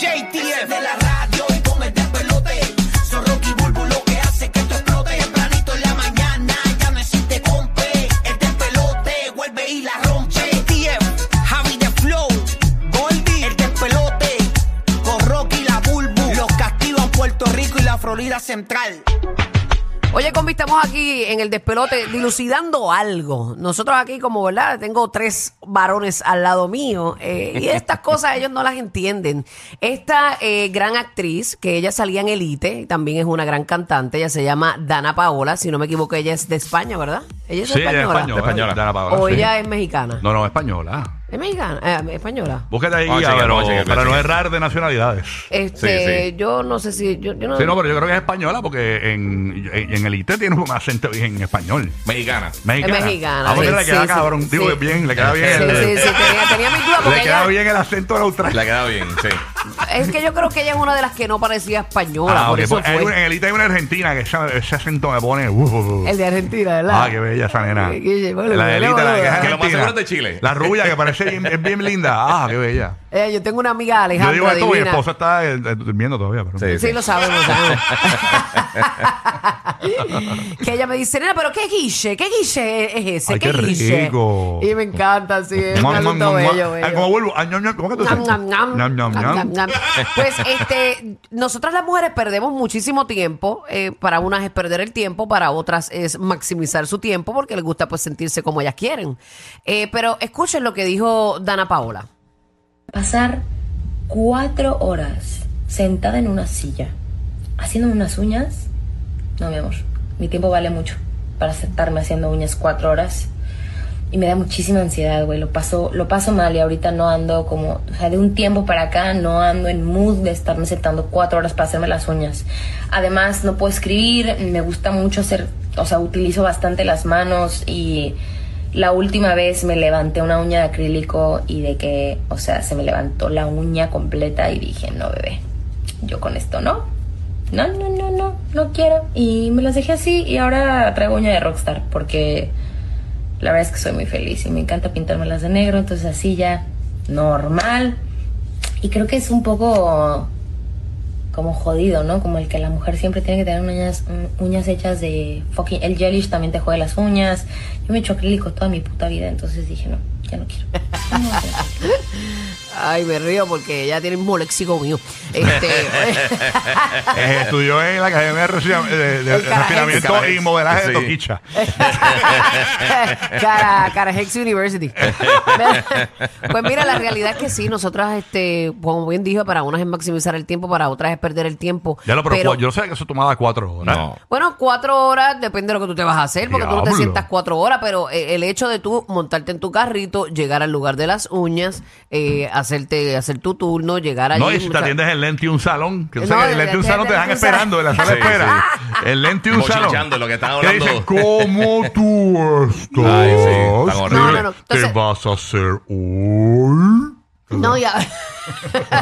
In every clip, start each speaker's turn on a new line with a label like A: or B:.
A: JTF de la radio y con el despelote. Son Rocky Bulbo lo que hace que esto explote. Tempranito en la mañana ya no existe compe. El despelote vuelve y la rompe. JTF, Javi de Flow, Goldie. El despelote con Rocky y la Bulbo. Los castigan Puerto Rico y la Florida Central.
B: Oye, combi, estamos aquí en el despelote dilucidando algo. Nosotros aquí, como verdad, tengo tres varones al lado mío eh, y estas cosas ellos no las entienden. Esta eh, gran actriz, que ella salía en Elite, y también es una gran cantante, ella se llama Dana Paola, si no me equivoco, ella es de España, ¿verdad? Ella es
C: Sí, ella es
B: española.
C: española. Dana Paola,
B: o
C: sí.
B: ella es mexicana.
C: No, no, española.
B: Es mexicana, eh, española.
C: Búscate ahí
D: Vamos a
C: guía,
D: chequear,
C: pero
D: vamos a chequear,
C: para no
D: chequear.
C: errar de nacionalidades.
B: Este,
D: sí.
B: yo no sé si yo, yo no,
C: Sí, no, pero yo creo que es española porque en, en, en el IT tiene un acento bien español.
D: Mexicana.
C: Mexicana.
B: Es mexicana,
C: A
B: sí,
C: Jorge le queda
B: sí,
C: cabrón.
B: sí.
C: Digo,
B: Sí.
C: bien, le queda bien.
B: Sí,
C: el,
B: sí, sí, tenía, tenía mis dudas porque
C: Le queda
B: ella-
C: bien el acento neutral.
D: La queda bien, sí.
B: es que yo creo que ella es una de las que no parecía española,
C: Ah,
B: por
C: ok,
B: eso
C: pues hay
B: fue.
C: una- en el IT hay una argentina que ese, ese acento me pone. uh, uh, uh.
B: El de Argentina, ¿verdad?
C: Ah, qué bella esa nena.
B: Que- que- bueno,
C: la
B: bueno,
C: delita,
B: bueno,
C: la que es
B: bueno.
D: Que lo más
C: argentina.
D: seguro es de Chile.
C: La rubia que parece bien, es bien linda. Ah, qué bella.
B: Eh, yo tengo una amiga,
C: Yo digo
B: Alejandra,
C: esto, mi
B: divina.
C: esposa está eh, eh, durmiendo todavía. Pero
D: Sí,
B: Sí, lo sabemos. sabemos. que ella me dice, nena, pero ¿qué guille? ¿Qué guille es ese?
C: Ay,
B: ¿Qué,
C: qué
B: guille?
C: rico.
B: Y me encanta, sí. Es un
C: Mua, mua,
B: asunto
C: mua, mua.
B: bello,
C: Ay, ¿Cómo
B: bello.
C: vuelvo? Ay, ñam, ñam, ¿Cómo que tú
B: Ñam,
C: dices?
B: ñam, ñam.
C: Ñam, ñam,
B: Ñam,
C: ñam.
B: ñam, ñam. Pues este, nosotras las mujeres perdemos muchísimo tiempo. eh, para unas es perder el tiempo, para otras es maximizar su tiempo porque les gusta pues sentirse como ellas quieren. Eh, pero escuchen lo que dijo Dana Paola.
E: pasar cuatro horas sentada en una silla, haciendo unas uñas. No, mi amor, mi tiempo vale mucho para sentarme haciendo uñas cuatro horas. Y me da muchísima ansiedad, güey. Lo paso, lo paso mal y ahorita no ando como, o sea, de un tiempo para acá no ando en mood de estarme sentando cuatro horas para hacerme las uñas. Además, no puedo escribir, me gusta mucho hacer, o sea, utilizo bastante las manos y la última vez me levanté una uña de acrílico y de que, o sea, se me levantó la uña completa y dije, no, bebé, yo con esto no. No, no, no, no, no quiero. Y me las dejé así y ahora traigo uña de rockstar porque la verdad es que soy muy feliz y me encanta pintármelas de negro, entonces así ya normal. Y creo que es un poco como jodido, ¿no? Como el que la mujer siempre tiene que tener uñas, mm, uñas hechas de fucking... El gelish también te jode las uñas. Yo me he hecho acrílico toda mi puta vida, entonces dije, no, ya no quiero. Ya no quiero.
B: Ay, me río porque ella tiene el mismo léxico mío. Este,
C: Eh, estudió en la Academia de Reci- de, de
B: El Carajes.
C: Refinamiento y
D: Carajes.
C: Modelaje de
D: Sí.
C: Toquicha.
B: Eh, Cara, Carajex University. pues mira, la realidad es que sí, nosotras, este, como bien dijo, para unas es maximizar el tiempo, para otras es perder el tiempo.
C: Ya lo pero,
B: Pero-
C: cu- yo sé que eso tomaba cuatro horas.
D: No.
B: Bueno, cuatro horas, depende de lo que tú te vas a hacer, porque tú no te
C: Diablo.
B: sientas cuatro horas, pero eh, el hecho de tú montarte en tu carrito, llegar al lugar de las uñas, eh, hacerte, hacer tu turno, llegar allí.
C: No, y si te
B: mucha-
C: atiendes en Lenti un salón, que tú sabes
B: No,
C: que en Lenti un
B: de-
C: salón
B: de-
C: te dejan
B: de-
C: esperando en la sala de
D: Sí,
C: espera. En Lenti un
D: Bochinchando
C: salón.
D: lo que están
C: Que
D: hablando.
C: dicen, ¿cómo tú estás?
D: Ay, sí, tan horrible.
B: No, no, no. Entonces-
C: ¿Qué vas a hacer hoy?
B: No, ya.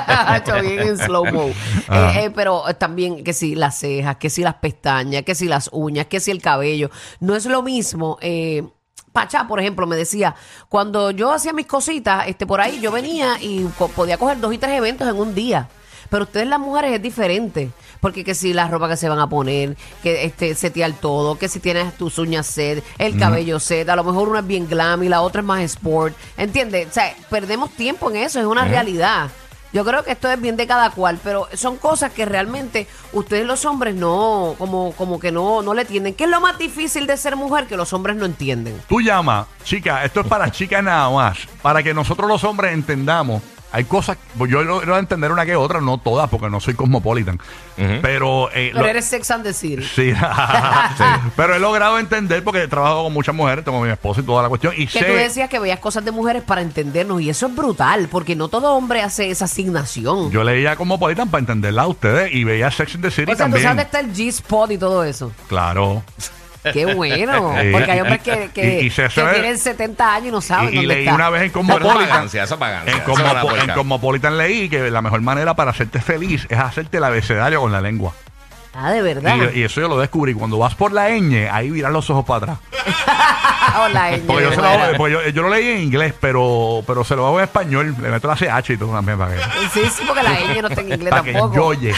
B: Hecho bien en slow mo. Eh,
C: Ah.
B: eh, pero también que si las cejas, que si las pestañas, que si las uñas, que si el cabello. No es lo mismo. eh, Pachá, por ejemplo, me decía, cuando yo hacía mis cositas, este, por ahí yo venía y co- podía coger dos y tres eventos en un día. Pero ustedes las mujeres es diferente. Porque que si la ropa que se van a poner, que este setear todo, que si tienes tus uñas set, el cabello set, a lo mejor una es bien glam y la otra es más sport. ¿Entiendes? O sea, perdemos tiempo en eso, es una realidad. Yo creo que esto es bien de cada cual, pero son cosas que realmente ustedes los hombres no, como, como que no, no le entienden. ¿Qué es lo más difícil de ser mujer que los hombres no entienden?
C: Tú llama, chica, esto es para chicas nada más, para que nosotros los hombres entendamos Hay cosas, pues yo lo lo de entender una que otra, no todas, porque no soy cosmopolitan. Pero. eh,
B: Pero
C: lo-
B: eres sex and the city.
C: Sí. Pero he logrado entender porque he trabajado con muchas mujeres, tengo a mi esposa y toda la cuestión. Y
B: Que
C: sé-
B: tú decías que veías cosas de mujeres para entendernos y eso es brutal porque no todo hombre hace esa asignación.
C: Yo leía Cosmopolitan para entenderla a ustedes y veía Sex and the City
B: o sea, tú
C: también.
B: sabes dónde está el G-Spot y todo eso.
C: Claro.
B: Qué bueno.
C: Sí.
B: Porque hay hombres que, que-
C: Y- y se
B: que
C: sabe-
B: tienen 70 años y no saben
C: Y, y
B: dónde
C: leí
B: está.
C: una vez en
B: Bueno,
C: Cosmopolitan.
D: vagancia, eso es vagancia,
C: En,
D: eso es
C: Cosmopo-
D: una puerca.
C: en Cosmopolitan leí que la mejor manera para hacerte feliz es hacerte el abecedario con la lengua.
B: Ah, de verdad.
C: Y, y eso yo lo descubrí. Cuando vas por la ñ, ahí viran los ojos para atrás.
B: Ah, Hola, Ñe,
C: Porque, yo, se lo,
B: bueno.
C: hago- porque yo- yo lo leí en inglés, pero, pero se lo hago en español. Le meto la CH y todo también para que.
B: Sí, sí, porque la ñ no está en inglés
C: Para que
B: tampoco.
C: enjoye.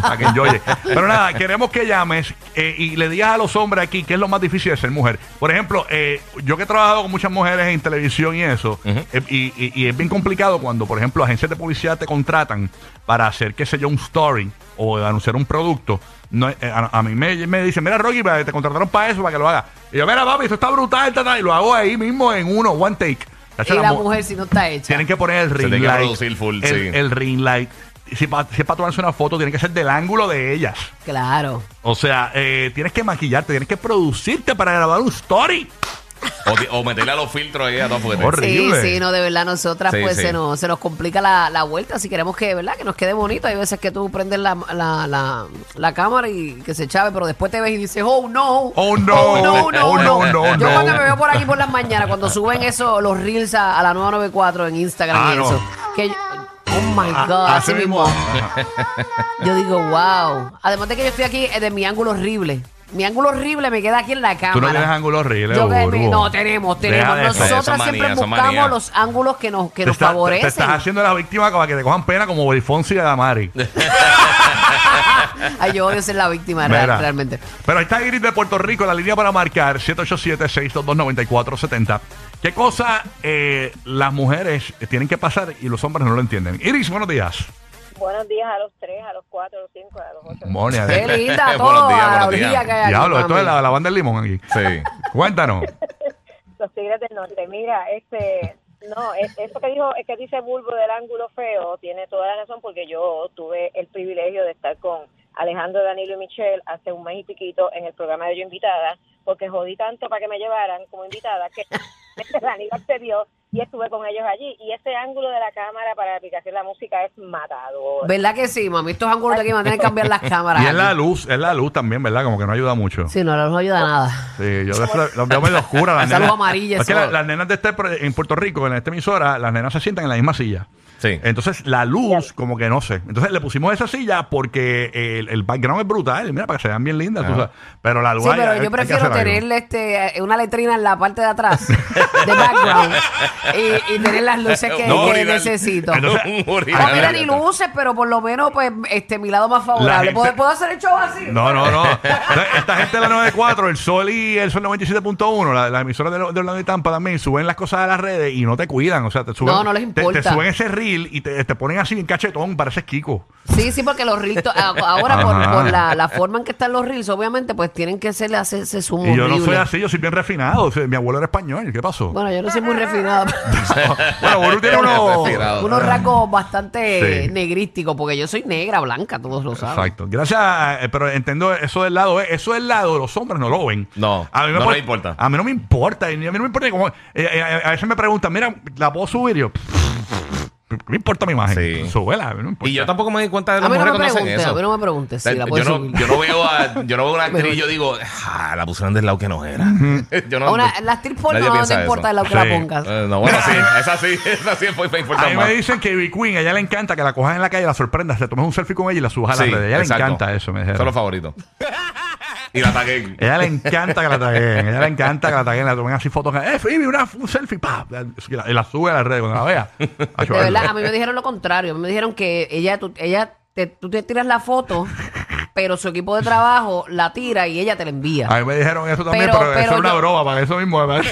C: Para que enjoye. Pero nada, queremos que llames eh, y le digas a los hombres aquí qué es lo más difícil de ser mujer. Por ejemplo, eh, yo que he trabajado con muchas mujeres en televisión y eso, eh, y, y- y es bien complicado cuando, por ejemplo, agencias de publicidad te contratan para hacer, qué sé yo, un story o anunciar un producto. No, eh, a, a mí me, me dicen, mira, Rocky, pa- te contrataron para eso, para que lo haga. Y yo, mira, papi, esto está brutal, ta, ta", y lo hago ahí mismo en uno, one take.
B: Y
C: Tacho,
B: la
C: mu-
B: mujer si no está hecha.
C: tienen que poner el ring
D: tiene que
C: light.
D: producir full,
C: el,
D: sí.
C: el ring light. Si para si es pa tomarse una foto, tiene que ser del ángulo de ellas.
B: Claro.
C: O sea, eh, tienes que maquillarte, tienes que producirte para grabar un story.
D: O, ti- o meterle a los filtros ahí a todos porque te-
C: Horrible.
B: Sí, sí, no, de verdad, nosotras
D: Sí,
B: pues
D: sí.
B: Se, nos, se nos complica la, la vuelta. Si queremos que, ¿verdad? Que nos quede bonito. Hay veces que tú prendes la, la, la, la cámara y que se chave, pero después te ves y dices, oh no.
C: Oh, no.
B: no, no,
C: Oh, no,
B: no.
C: no,
B: Yo
C: no.
B: cuando me veo por aquí por las mañanas, cuando suben eso, los reels a, a la 994 en Instagram
C: Ah,
B: y
C: no. Ah,
B: eso. Que yo- oh my God, así mismo. Yo digo, wow. Además de que yo estoy aquí eh, de mi ángulo horrible. Mi ángulo horrible me queda aquí en la cámara.
C: Tú no tienes ángulos horribles.
B: Yo que-
C: Burbu.
B: no, tenemos,
C: Deja
B: tenemos.
C: de eso.
D: Nosotros
B: Nosotras
D: Son
B: siempre
D: manías, son
B: buscamos
D: manías.
B: los ángulos que nos, que
C: Te
B: nos
C: está- te- Te
B: favorecen.
C: estás haciendo la víctima para que te cojan pena como Bonifonsi y Adamari.
B: Ay, yo odio ser la víctima real-
C: Mira.
B: realmente.
C: Pero ahí está Iris de Puerto Rico, la línea para marcar 787-622-9470. ¿Qué cosa eh, las mujeres tienen que pasar y los hombres no lo entienden? Iris, buenos días.
F: Buenos días a los tres, a los cuatro, a los cinco, a los ocho.
C: Monia,
B: Qué linda
D: Buenos
B: todo,
D: días,
B: a la
D: buenos días.
B: orgía que hay aquí,
C: Diablo, esto
B: mami.
C: es la, la banda del limón aquí.
D: Sí.
C: Cuéntanos.
F: Los Tigres del Norte. Mira, este, no, es- eso que dijo, es que dice Bulbo del ángulo feo, tiene toda la razón porque yo tuve el privilegio de estar con Alejandro, Danilo y Michelle hace un mes y piquito en el programa de Yo Invitada, porque jodí tanto para que me llevaran como invitada que Danilo accedió y estuve con ellos allí. Y ese ángulo de la cámara para la aplicación de la música es matador.
B: ¿Verdad que sí, mami? Estos ángulos de aquí van a tener que cambiar las cámaras.
C: Y es la
B: aquí.
C: luz, es la luz también, ¿verdad? Como que no ayuda mucho.
B: Sí, no, no nos ayuda a nada.
C: Sí, yo de eso los veo medio oscuras. Las
B: Esa luz
C: nenas.
B: amarilla,
C: Es que
B: eso.
C: la- las nenas de este, pro- en Puerto Rico, en esta emisora, las nenas se sientan en la misma silla.
D: Sí.
C: Entonces, la luz, como que no sé. Entonces, le pusimos esa silla porque el, el background es brutal. Mira, para que se vean bien lindas. tú
D: Ajá.
C: sabes. Pero la luz
B: Sí,
C: hay- hay-
B: pero
C: hay
B: yo
C: que
B: prefiero
C: hacer algo.
B: tenerle este, eh, una letrina en la parte de atrás, de background, y, y tener las luces que,
D: No,
B: que
D: Oribel.
B: necesito.
C: Entonces,
D: Un
B: Ah,
D: urinal.
B: mira, ni luces, pero por lo menos, pues, este, mi lado más favorable.
C: gente-
B: ¿Puedo, puedo hacer el show así?
C: No, no, no. Entonces, Esta gente de la 94, el Sol y el Sol 97.1, la, la emisora de, lo- de Orlando y Tampa también, suben las cosas a las redes y no te cuidan. O sea, te suben.
B: No, no les
C: te- Te,
B: importa.
C: suben ese reel y te, te ponen así en cachetón, pareces Kiko.
B: Sí, sí, porque los reels, to- a- ahora por,
C: Ajá.
B: por la, la forma en que están los reels, obviamente, pues tienen que ser, hacer ese zoom
C: Y yo no
B: horrible.
C: soy así, yo soy bien refinado. O sea, mi abuelo era español, ¿qué pasó?
B: Bueno, yo no soy muy refinada.
C: bueno, Bolu tiene uno.
D: Refinado. Claro.
B: Unos rasgos bastante
C: Sí.
B: negrísticos, porque yo soy negra, blanca, todos lo saben.
C: Exacto. Gracias, a- eh, pero entiendo eso del lado, eh, eso del lado, los hombres no lo ven.
D: No, no
C: pon-
D: les importa.
C: A mí no me importa, y ni- a mí no me importa. Como, eh, eh, a veces me preguntan, mira, ¿la puedo subir? Y yo, ¿qué me importa mi imagen?
D: Sí.
C: Súbela, a mí no me importa.
D: Y yo tampoco me di cuenta de
B: A
D: las
B: mí no me
D: mujeres que no hacen
B: preguntes,
D: eso.
B: a mí no me preguntes si la
D: yo,
B: puedes subir.
D: no, yo no veo a, yo no veo una actriz
B: Mejor.
D: y yo digo, ah, la pusieron del lado que no era. yo no,
B: Una- la actriz porno
D: nadie
B: no
D: piensa
B: te
D: eso.
B: importa de la que
C: Sí.
B: la pongas.
D: Eh, no, bueno, sí, esa sí, esa sí fue, fue
C: A
D: importante.
C: mí me dicen que Ivy Queen, a ella le encanta que la cojas en la calle, la sorprendas, te tomes un selfie con ella y la subas a la red. A ella le encanta eso, me dijeron.
D: Son los favoritos. y la ataqué.
C: A ella le encanta que la taguen, a ella le encanta que la taguen, la tomen así fotos. Eh, Phoebe, una, un selfie, pa, y la, y la sube a la red cuando la vea.
B: De verdad, a mí me dijeron lo contrario. A mí me dijeron que ella, tú, ella te, tú te tiras la foto, pero su equipo de trabajo la tira y ella te la envía.
C: A mí me dijeron eso también, pero,
B: Pero-
C: eso
B: pero
C: es una
B: yo-
C: broma, para eso mismo. ¿verdad?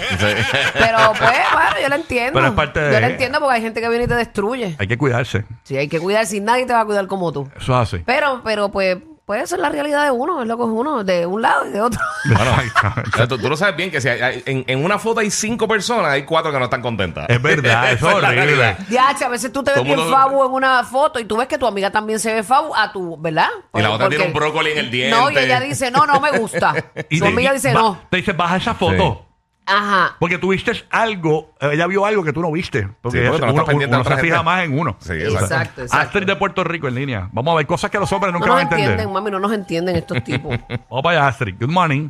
B: Pero pues, bueno, yo la entiendo.
C: Pero es parte de-
B: Yo la entiendo porque hay gente que viene y te destruye.
C: Hay que cuidarse,
B: Sí, hay que cuidar. Si nadie te va a cuidar como tú.
C: eso es así.
B: Pero, pero pues, Pues eso es la realidad de uno, es lo que es uno, de un lado y de otro.
D: Bueno,
C: Exactamente.
D: o sea, tú, tú lo sabes bien que si hay- hay- en, en una foto hay cinco personas, hay cuatro que no están contentas.
C: Es verdad, eso
D: Esa
C: es
D: la
C: horrible.
D: realidad.
B: Ya, a veces tú te ves
D: Todo
B: bien
D: mundo-
B: fabu en una foto y tú ves que tu amiga también se ve fabu a tu, ¿verdad?
D: Y la otra
B: Porque-
D: tiene un brócoli en el diente.
B: No, y ella dice, no, no me gusta.
C: Y
B: Su
C: te-
B: amiga
C: y
B: dice,
C: ba-
B: no.
C: Te dice, baja esa foto.
D: Sí.
B: Ajá.
C: Porque tú viste algo, eh, ella vio algo que tú no viste. Porque,
D: Sí, porque tú no
C: uno,
D: estás pendiente
C: uno- uno
D: de
C: se
D: otra
C: fija
D: gente.
C: más en uno.
D: Sí,
B: Exacto.
D: exacto.
C: Astrid de Puerto Rico en línea. Vamos a ver cosas que los hombres
B: No
C: nunca
B: nos
C: van a entender.
B: entienden, mami, no nos entienden estos tipos.
C: Vamos para allá, Astrid. Good morning.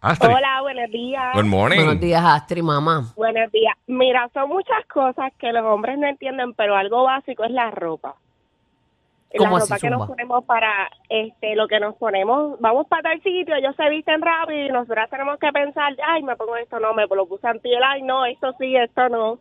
C: Astrid.
G: Hola, buenos días.
D: Good morning.
B: Buenos días, Astri, mamá.
G: Buenos días. Mira, son muchas cosas que los hombres no entienden, pero algo básico es la ropa.
B: ¿Cómo
G: la
B: así,
G: ropa que nos
B: Zumba?
G: ponemos para este lo que nos ponemos. Vamos para tal sitio, ellos se visten rápido y nosotras tenemos que pensar, ay, me pongo esto, no, me lo puse antiel, ay, no, esto sí, esto no.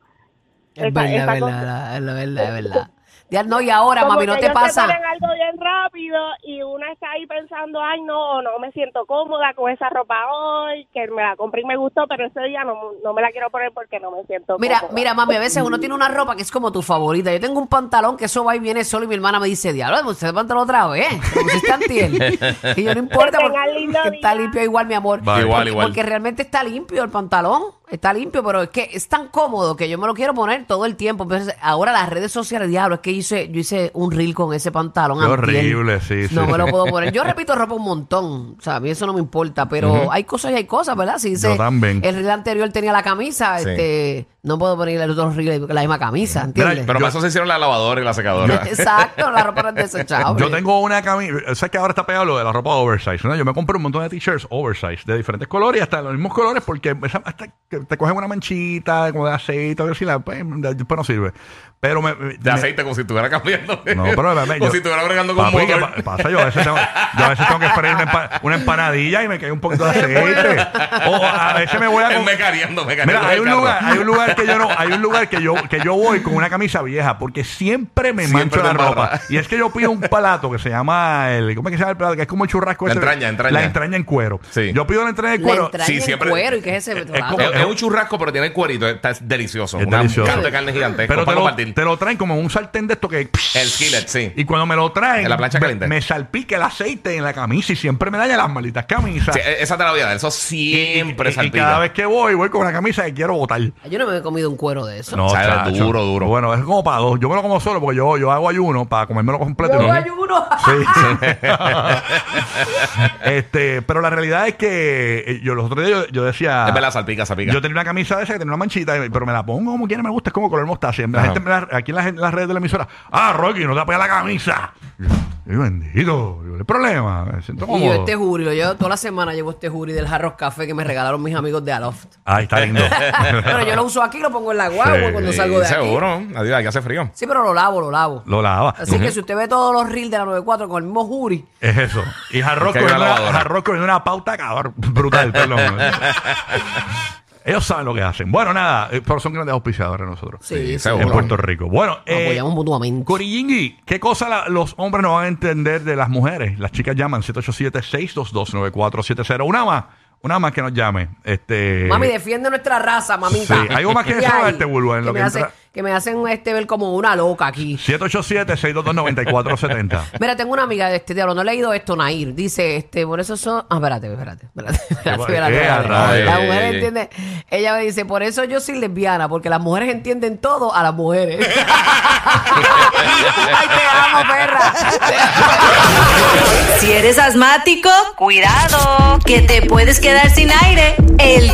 B: Es
G: Esa-
B: verdad,
G: esa
B: es
G: cosa.
B: verdad, es verdad, es verdad. Ya, no, y ahora,
G: Como
B: mami, no
G: que
B: te
G: ellos se
B: pasa.
G: ponen algo bien rápido y una está ahí pensando, ay, no, no me siento cómoda con esa ropa hoy, que me la compré y me gustó, pero ese día no, no me la quiero poner porque no me siento
B: Mira,
G: cómoda.
B: mira, mami, a veces uno tiene una ropa que es como tu favorita. Yo tengo un pantalón que eso va y viene solo y mi hermana me dice, diablo, usted pantalón otra vez. Como si está antiel. Y yo no importa
G: Que tenga
B: porque
G: lindo
B: está
G: día.
B: limpio igual, mi amor.
D: Vale. Igual,
B: porque,
D: igual.
B: porque realmente está limpio el pantalón. Está limpio, pero es que es tan cómodo que yo me lo quiero poner todo el tiempo. Entonces, ahora las redes sociales, diablo, es que hice, yo hice un reel con ese pantalón.
C: Qué
B: antiel.
C: horrible, sí, sí,
B: No me
C: sí.
B: lo puedo poner. Yo repito ropa un montón. O sea, a mí eso no me importa, pero hay cosas y hay cosas, ¿verdad? Si dice,
C: Yo también.
B: El reel anterior tenía la camisa,
D: Sí.
B: este, no puedo ponerle el otro reel la misma camisa, ¿entiendes?
D: Pero para eso se hicieron la lavadora y la secadora.
B: Exacto, la ropa no es desechable.
C: Yo tengo una camisa, ¿sabes que ahora está pegado lo de la ropa oversize? ¿no? Yo me compré un montón de t-shirts oversize de diferentes colores y hasta los mismos colores porque esa- hasta que te cogen una manchita como de aceite o algo así, la- pues, después no sirve. Pero me... me-
D: De
C: me-
D: aceite como si estuviera cambiando.
C: No, pero me- me-
D: como
C: yo-
D: si estuviera bregando con un
C: Papi, ¿qué
D: motor.
C: pa- pasa? Yo a, veces tengo, yo a veces tengo que esperar una, empa- una empanadilla y me cae un poquito de aceite. O a veces me voy a...
D: Él
C: com-
D: me cariando, me cariando
C: Mira, hay
D: el
C: un
D: carro.
C: lugar, hay un lugar que yo no, hay un lugar que yo que yo voy con una camisa vieja porque siempre me
D: Siempre
C: mancho la
D: te embarra.
C: ropa. Y es que yo pido un palato que se llama el ¿cómo es que se llama el plato? Que es como el churrasco
D: La
C: ese.
D: entraña, entraña.
C: La entraña en cuero.
D: Sí.
C: Yo pido la entraña en
B: la
C: cuero.
B: entraña
D: sí,
B: en
D: siempre-
B: cuero y qué es ese
C: es
B: rato?
C: como-
D: Es, es un churrasco, pero tiene el cuerito. Está es delicioso.
C: Es
D: Una-
C: delicioso.
D: Un canto de carne gigante.
C: Pero te
D: para
C: lo,
D: compartir.
C: te lo traen como en un sartén de esto que
D: El skillet, sí.
C: y cuando me lo traen
D: En la plancha
C: me-
D: caliente.
C: me salpica el aceite en la camisa y siempre me dañan las malitas camisas.
D: Sí, e- esa te la voy a dar. Eso
C: Y- y-
D: siempre
C: y, y
D: salpica.
C: cada vez que voy voy con una camisa que quiero botar.
B: Yo no me he comido un cuero de eso.
C: No,
D: Sabe,
C: chacho.
D: duro, duro.
C: Bueno, es como para dos. Yo me lo como solo porque yo, yo hago ayuno para comérmelo completo.
B: Luego
C: Ujú.
B: hay uno.
C: Sí. este, pero la realidad es que eh, yo los otros días yo, yo decía.
D: Es verdad, salpica, salpica.
C: Yo tenía una camisa de esa que tenía una manchita, y- pero me la pongo como quiera, me gusta, es como color mostaza. Y La
D: Ajá.
C: gente me la- aquí en las, en las redes de la emisora, ah, Rocky, no te apagas la camisa. Y yo, "Ay, bendito, yo, el problema, me siento
B: Y yo
C: cómodo.
B: este jurio, yo toda la semana llevo este jurio del Jarros Café que me regalaron mis amigos de Aloft.
C: Ay, está lindo.
B: Pero yo lo uso aquí, lo pongo en la guagua
C: Sí,
B: cuando
D: Sí,
B: salgo de aquí.
D: Seguro. Adiós, aquí hace frío.
B: Sí, pero lo lavo, lo lavo.
C: lo lava.
B: Así que si usted ve todos los reels de la 94 con el mismo jury,
C: Es eso. Y Jarrosco
D: Que hay
C: es
D: una
C: una,
D: lavadora.
C: Jarrosco es una pauta cabrón, brutal, perdón. Ellos saben lo que hacen. Bueno, nada, eh, pero son grandes auspiciadores nosotros.
B: Sí, sí,
D: seguro.
C: En Puerto Rico. Bueno,
B: nos
C: eh,
B: apoyamos mutuamente.
C: Corillingui, ¿qué cosa la- los hombres no van a entender de las mujeres? Las chicas llaman 787-622-9470. Una más, una más que nos llame. Este,
B: Mami, defiende nuestra raza, mamita.
C: Sí, hay algo más que
B: ¿Qué
C: eso,
B: hay?
C: este vulgo, en
B: que
C: lo
B: me
C: que
B: hace-
C: entra-
B: que me hacen este ver como una loca aquí.
C: 787-622-9470.
B: Mira, tengo una amiga de este diablo, no he leído esto, Nair. Dice, este, por eso son. Ah, espérate, espérate, espérate, espérate,
C: ¿Qué
B: espérate,
C: pasa?
B: espérate.
D: Ay,
B: La
D: ay,
B: mujer
D: ay, ay.
B: entiende. Ella me dice, por eso yo soy lesbiana, porque las mujeres entienden todo a las mujeres. Ay, te amo, perra.
H: Si eres asmático, cuidado, que te puedes quedar sin aire. El